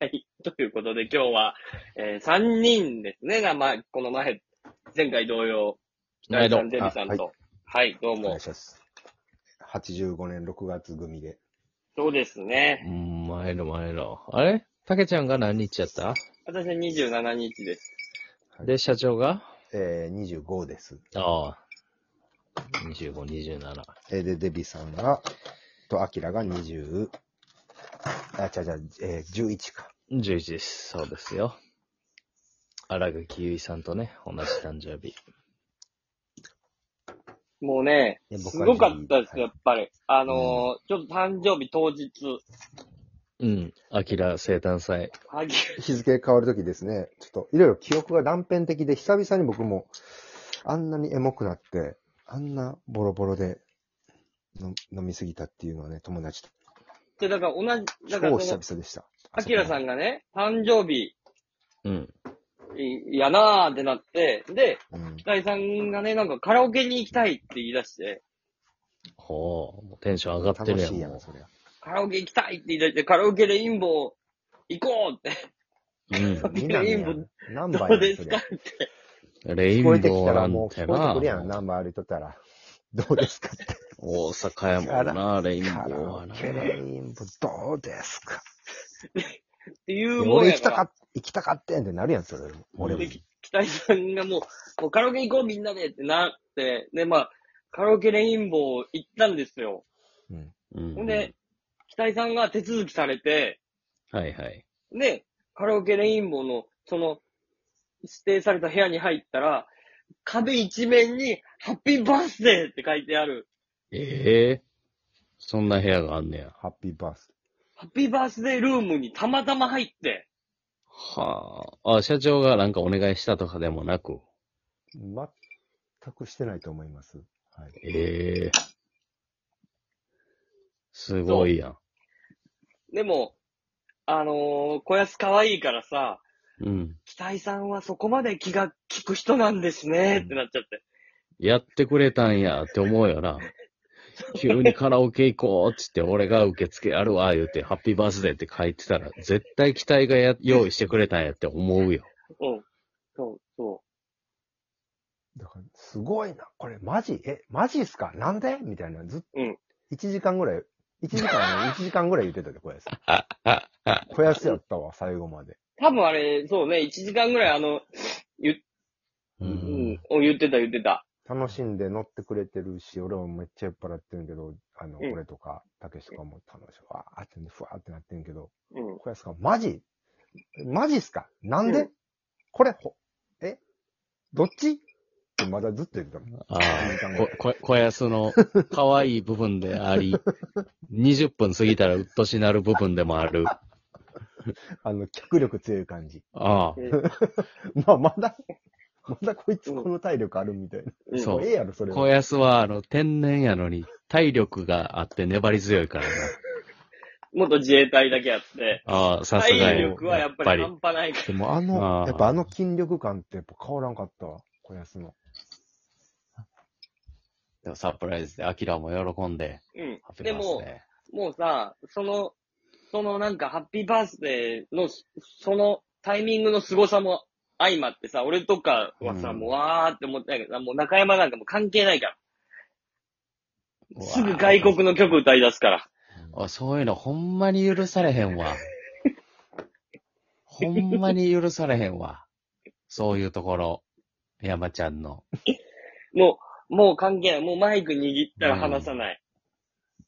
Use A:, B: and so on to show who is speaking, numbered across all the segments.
A: はい。ということで今日は、えー、3人ですね、が、まあ、この前、前回同様、北井さん、デビさんと。はい、どう
B: お願
A: も
B: い。します。85年6月組で。
A: そうですね。
C: うん、前の前の。あれたけちゃんが何日やった
A: 私は27日です。
B: はい
C: で、社長が
B: えー、25です。
C: ああ。25、27。
B: えーで、デビさんが、と、アキラが20、あ、ちゃちゃ、えー、11か。
C: 11です。そうですよ。荒垣結衣さんとね、同じ誕生日。
A: もうね、
B: いや僕
A: す
B: は
A: ごかったです、
B: はい
A: やっぱり。あのーちょっと誕生日当日、
C: うん。アキラ生誕祭。
A: 萩
B: 日付変わるときですね、ちょっと、いろいろ記憶が断片的で、久々に僕も、あんなにエモくなって、あんなボロボロで、の飲みすぎたっていうのはね、友達と。
A: で、だから同じ、だ
B: 超
A: か
B: 久
A: らその、
B: 々でした。
A: アキラさ
B: ん。
A: んがね、誕生日
C: うん。
A: いやなーってなって、で、
B: うん。
A: 北井さんがね、なんかカラオケに行きたいって言い出して、
C: ほう。もうテンション上がってるやん。
B: 楽しいや
C: も
B: ん、
C: う
B: そりゃ。
A: カラオケ行きたいって言い出して、カラオケレインボー行こうって。
C: う
A: みん
B: みん
A: な
B: な
A: ね
B: ね、何
A: ど
B: 倍
A: う
B: や
A: で
B: ん、そ
A: すか
B: りゃ
A: っ。て。
C: ん。レイン
B: 聞
C: ボ
B: こえてきた
C: ーな
B: らも
C: ん
B: う聞
C: て
B: こえてくるや
C: な。
B: ん、ナンバー歩いとったら。どうですか
C: 大阪やもんな、レインボ
B: カ
C: ー
B: ラ
C: は
B: オ
C: な。
B: ケレインボーどうですか
A: っていうもん
B: 俺
A: や
B: 行き
A: か
B: た
A: ら
B: か。っ、行きたかってんってなるやん、それ。俺も
A: で。北井さんがもう、もうカラオケ行こうみんなでってなって、で、まあ、カラオケレインボー行ったんですよ。
B: うん。
C: うん
A: ほんで、、北井さんが手続きされて、
C: はいはい。
A: で、カラオケレインボーの、その、指定された部屋に入ったら、壁一面に、ハッピーバースデーって書いてある、
C: ええそんな部屋があんねや。
B: ハッピーバース。
A: ハッピーバースデールームにたまたま入って、
C: はあ。あ、社長がなんかお願いしたとかでもなく。
B: 全くしてないと思います。はい。
C: ええすごいやん。
A: でも、あのー、小安可愛いからさ、
C: うん。
A: 北井さんはそこまで気が利く人なんですね、ってなっちゃって。
C: やってくれたんやって思うよ な。急にカラオケ行こうっつって、俺が受付やるわ、言うて、ハッピーバースデーって書いてたら、絶対期待がや用意してくれたんやって思 うよ。
A: うん。そう、そ
B: だから、すごいな。これ、マジえ、マジっすかなんでみたいな。ずっと、
A: うん
B: 1時間ぐらい、1時間、1時間ぐらい言ってたで、小安。
C: あ、あ、
B: 小安やったわ、最後まで。
A: う。多分あれ、そうね、1時間ぐらいあの、言っ、
C: う
A: うんん、。お言ってた言ってた。
B: 楽しんで乗ってくれてるし、俺もめっちゃ酔っ払ってるけど、あの、
A: うん
B: 俺とか、たけしとかも楽しい。わーってね、ふわーってなってんけど、
A: うん。
B: 小安が、マジマジっすかなんで、
A: うん
B: これ、ほ、えどっちってまだずっと言ってたもん。
C: ああ、こ、こ、小安の可愛い部分であ り、20分過ぎたらうっとしなる部分でもある。あ
B: あの、脚力強い感じ。
C: あ、
B: まあ、まだ、まだこいつこの体力あるみたいな。
A: うん
C: そう
B: もええやろ、それ
C: 小
B: は。
C: 安はあの、天然やのに、体力があって粘り強い からな。
A: 元自衛隊だけあって、
C: ああ、さすが
A: 体
C: に
A: 力はやっぱり
C: やっ
A: 半端ないか
B: でもあの、
C: あー
B: やっぱあの筋力感ってやっぱ変わらんかったわ、小安の。
C: でもサプライズで、アキラも喜んで、
A: ら。うん
C: ハッ。ピ
A: で
C: ーバース
A: も、
C: デ
A: もうさ、その、そのなんかハッピーバースデーの、そのタイミングの凄さも相まってさ、俺とかはさ、
C: うん
A: もうわーって思ってないけどさ、もう中山なんかもう関係ないか
C: ー
A: ら。すぐ外国の曲歌い出すから。
C: あ、そういうのほんまに許されへ んわ。ほんまに許されへんわ。そういうところ。山ちゃんの。
A: もう、もう関係ない。もうマイク握ったら離さない。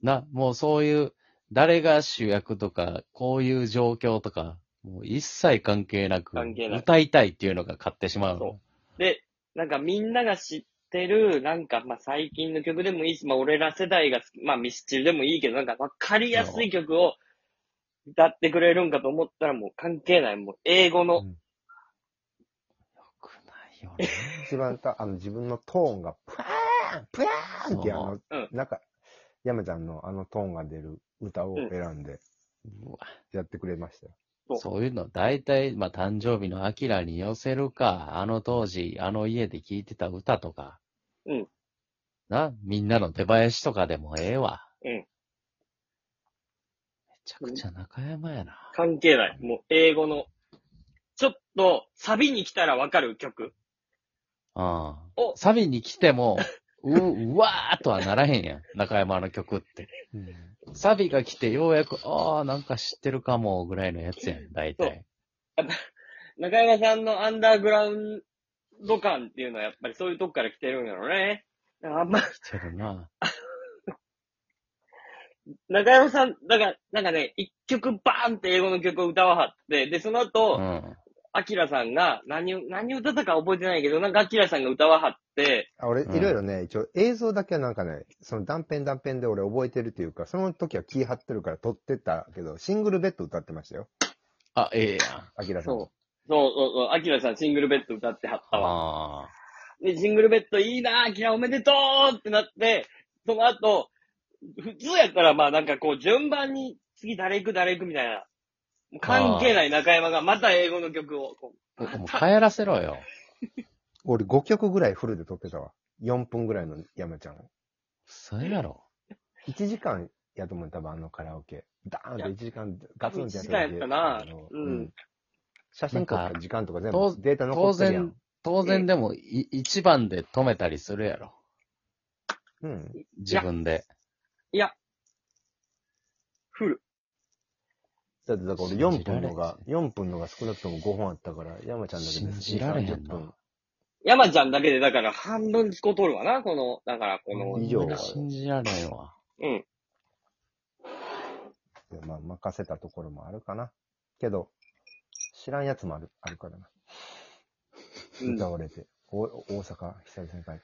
C: な、もうそういう、誰が主役とか、こういう状況とか、もう一切関係なく、
A: 関係ない
C: 歌いたいっていうのが勝ってしまう。
A: そで、なんかみんなが知ってる、なんかまあ最近の曲でもいいし、まあ俺ら世代が好き、まあミスチルでもいいけど、なんかわかりやすい曲を歌ってくれるんかと思ったらもう関係ない。もう英語の、
B: うん
C: よくないよね。
B: 一番た、あの、自分のトーンが、プーンプーンって、あの、
A: うん
B: なんか、山ちゃんのあのトーンが出る歌を選んで
C: うわ
B: やってくれましたよ。
A: そう
C: そういうの、大体、まあ、誕生日のアキラに寄せるか、あの当時、あの家で聴いてた歌とか。
A: うん。
C: な、みんなの出囃子とかでもええわ。
A: うん
C: めちゃくちゃ中山やな。
A: 関係ない。もう英語の、ちょっとサビに来たらわかる曲。
C: ああ。
A: お
C: サビに来ても、う、うわーとはならへんやん。中山の曲って。サビが来てようやく、ああ、なんか知ってるかも、ぐらいのやつやん、大体。
A: 中山さんのアンダーグラウンド感っていうのはやっぱりそういうとこから来てるんやろね。だからあんま、
C: 来てるな。
A: 中山さん、だから、なんかね、一曲バーンって英語の曲を歌わはって、で、その後、
C: うん。
A: アキラさんが何を、何を歌ったか覚えてないけど、なんかアキラさんが歌わはって、
B: あ俺、
C: うん
B: いろいろね、一応映像だけはなんかね、その断片断片で俺覚えてるっていうか、その時は気張ってるから撮ってたけど、シングルベッド歌ってましたよ。
C: あ、ええやん。
B: アキラさん。
A: そう。そうそうそう、アキラさんシングルベッド歌ってはったわ。
C: ああ。
A: で、ジングルベッドいいなぁ、キラおめでとうってなって、その後、普通やったら、まあなんかこう、順番に、次誰行く誰行くみたいな。もう関係ない中山が、また英語の曲を、こう
C: もう帰らせろよ。
B: 俺5曲ぐらいフルで撮ってたわ。4分ぐらいの山ちゃんを。
C: それやろ。
B: 1時間やと思う、多分あのカラオケ。ダーンと1時間ガツンって
A: 1時間やったな
B: あの
A: うん
B: 写真撮った時間とか全
C: なん
B: 部
C: か
B: データ残ってるやん。
C: 当然でも、い、一番で止めたりするやろ。
B: うん。
C: 自分で。
A: フル。
B: だってだから俺
C: 信じ
B: 4
C: られ
B: 分
C: ない
B: のが、4分のが少なくとも5本あったから、山ちゃんだけ
C: 信
B: で
C: じられへんな
B: 20 30分
A: 山ちゃんだけで、だから半分こ取るわな、この、だからこ
B: う
A: の
B: ん、以上
C: ほんまに信じられんわ。
A: うん。
B: いやまあ、任せたところもあるかな。けど、知らんやつもあるあるからな。
A: うん
B: 歌われて。お大阪、久々に帰って。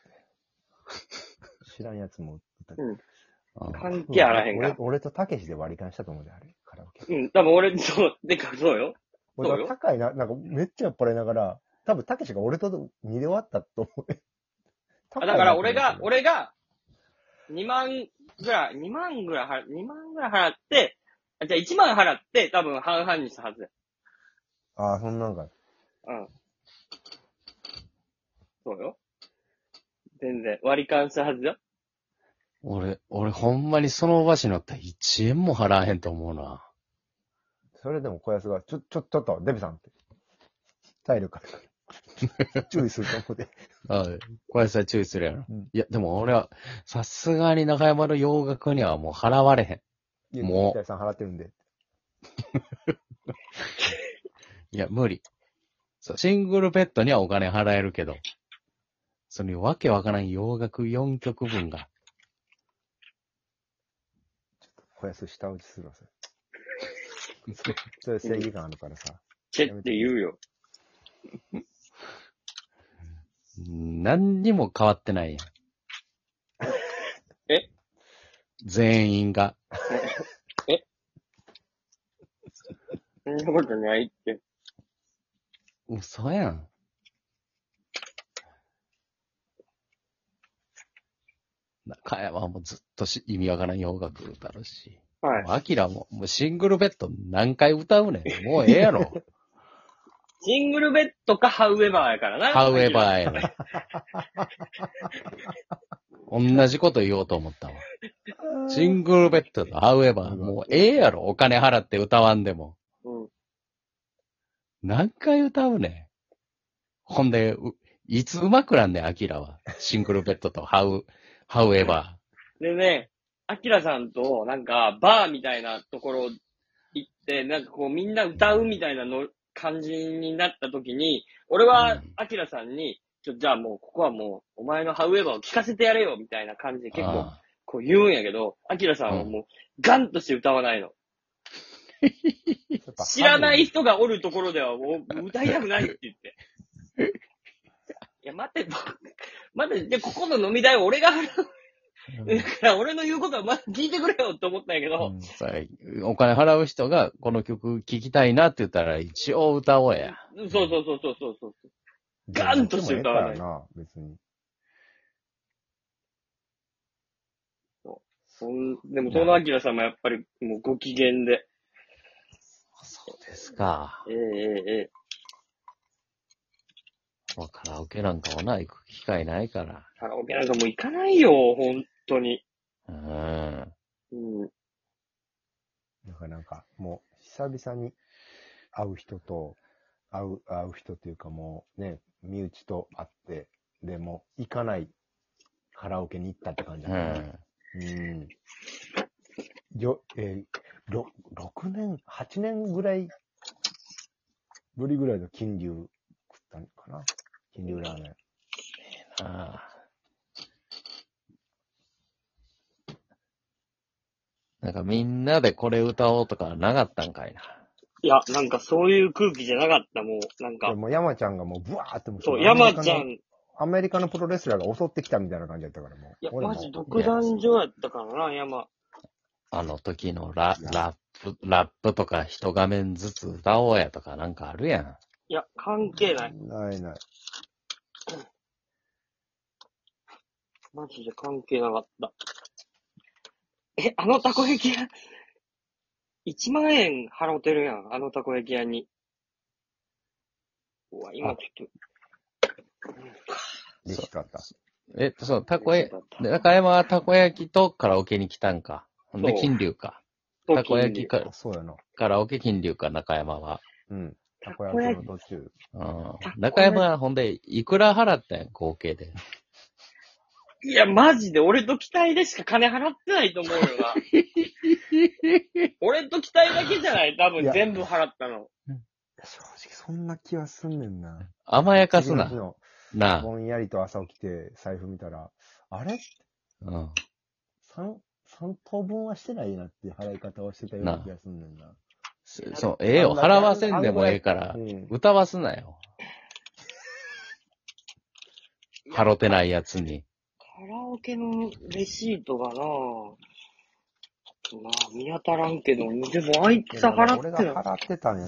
B: 知らんやつも歌って。
C: うん
A: 関係あらへんから
B: 俺。俺とたけしで割り勘したと思うで、あれ、カラオケ。
A: うん、多分俺、そう、でか、そうよ。
B: 俺
A: そうよ
B: 高いな、なんかめっちゃ酔っ払いながら、多分たけしが俺と2で終わったと思う。
A: あ
B: 高いな
A: だから俺が、
B: と思って、
A: 俺が、2万ぐらい、2万ぐらい払、2万ぐらい払って、あじゃあ1万払って、多分半々にしたはずや。
B: ああ、そんなんか、
A: うん。そうよ。全然、割り勘したはずよ。
C: 俺、俺ほんまにその場所に乗ったら1円も払わへんと思うな。
B: それでも小安が、ちょ、ちょ、ちょっと、デビさんって。体力あるから。 注意すると 思うで。
C: はい。小林さん注意するやろ。
B: うん
C: いや、でも俺は、さすがに中山の洋楽にはもう払われへん。
B: いや
C: もう
B: 北井さん払ってるんで。
C: いや、無理。そう、シングルベッドにはお金払えるけど、そのわけわからん洋楽4曲分が、
B: 小安下打ちす るわ、それ。それそれ正義感あるからさ。
A: チェって言うよ。
C: 何にも変わってないやん。
A: え
C: 全員が。
A: そんなことないって。
C: 嘘やん。中山はもうずっとし意味わからん洋楽歌うし。
A: はい。
C: アキラも、もうシングルベッド何回歌うねん。もうええや ろ。
A: シングルベッドかハウエバーやからな。
C: ハウエバーやねん。同じこと言おうと思ったわ。シングルベッドとハウエバー。もうええやろ。お金払って歌わんでも。
A: うん。
C: 何回歌うねん。ほんで、ういつうまくなんねん、アキラは。シングルベッドとハウ、ハウエバ
A: でね、アキラさんと、なんか、バーみたいなところ行って、なんかこう、みんな歌うみたいなの、感じになった時に、俺
C: う
A: は
C: ん、
A: アキラさんに、ちょ、じゃあもう、ここはもう、お前のハウエバーを聞かせてやれよ、みたいな感じで
C: ー。
A: 結構、
C: あ
A: こう言うんやけど、アキラさんはもう、ガンとして歌わないの。知らない人がおるところでは、もう、歌いたくないって言って。いや、待て、 待て、で、ここの飲み代を俺が払う。
C: ー
A: だから、俺の言うことはまだ聞いてくれよって思ったんやけど、
B: うん
C: さあお金払う人がこの曲聴きたいなって言ったら一応歌おうや。
A: そうそうそうそうそうそう。ガンとして歌わない
B: でもええからな、別に。
A: そんでも、そのアキラさんもやっぱり、もうご機嫌で。
C: そうですか。
A: えええええ
C: まあカラオケなんかもな、行く機会ないから。
A: えカラオケなんかもう行かないよ、本当に。
C: うん。
A: うん。
B: だかかなんか、もう、久々に会う人と、会う、会う人というかもうね、身内と会って、でも、行かないカラオケに行ったって感じだ
C: うん。
B: ねうんよ、えー、ろ6年、8年ぐらいぶりぐらいの金龍食ったのかな金龍ラーメン。
C: ああなんかみんなでこれ歌おうとかなかったんかいな。
A: いや、なんかそういう空気じゃなかった、もう。なん
B: で
A: か、
B: も山ちゃんがもうブワーっても
A: そう、
B: アメ
A: 山
B: リカの
A: ちゃん、い
B: アメリカのプロレスラーが襲ってきたみたいな感じだったからもう。
A: や、
B: 俺も
A: マジ独壇場やったからな、山。
C: あの時のララップ、ラップとか一画面ずつ歌おうやとかなんかあるやん。
A: いや、関係ない。
B: ないない。
A: マジで関係なかった。え、あのたこ焼き屋、1万円払ってるやん、あのたこ焼き屋に。うわ、今ちょっ
B: 嬉しかった。
C: え、そう、
A: と。
C: たこや、で中山はたこ焼きとカラオケに来たんか。ほんで、
A: そう
C: 金龍か。たこ焼きか、
B: そうやな。
C: カラオケ金龍か、中山は。
B: うん。た
A: こ
B: こ焼
A: 焼
B: きの途中。
C: うん
A: き。
C: 中山はほんで、いくら払ったんや、合計で。
A: いや、マジで俺と期待でしか金払ってないと思うよな。俺と期待だけじゃない多
B: い
A: 分
B: や
A: 全部払ったの。
B: 正直そんな気はすんねんな。
C: 甘やかす
B: 次
C: な。な
B: の日の
C: あ。
B: ぼんやりと朝起きて財布見たら、あれ
C: うん。
B: 三、三等分はしてないなっていう払い方をしてたような気がすんねんな。
C: そそう、ええよ。払わせんでもええから
B: う、ん。
C: 歌わすなよ。払ってないやつに。
A: カラオケのレシートがなまあ見当たらんけど、でもあいつは払って
B: 俺
A: ない
B: が払ってたんや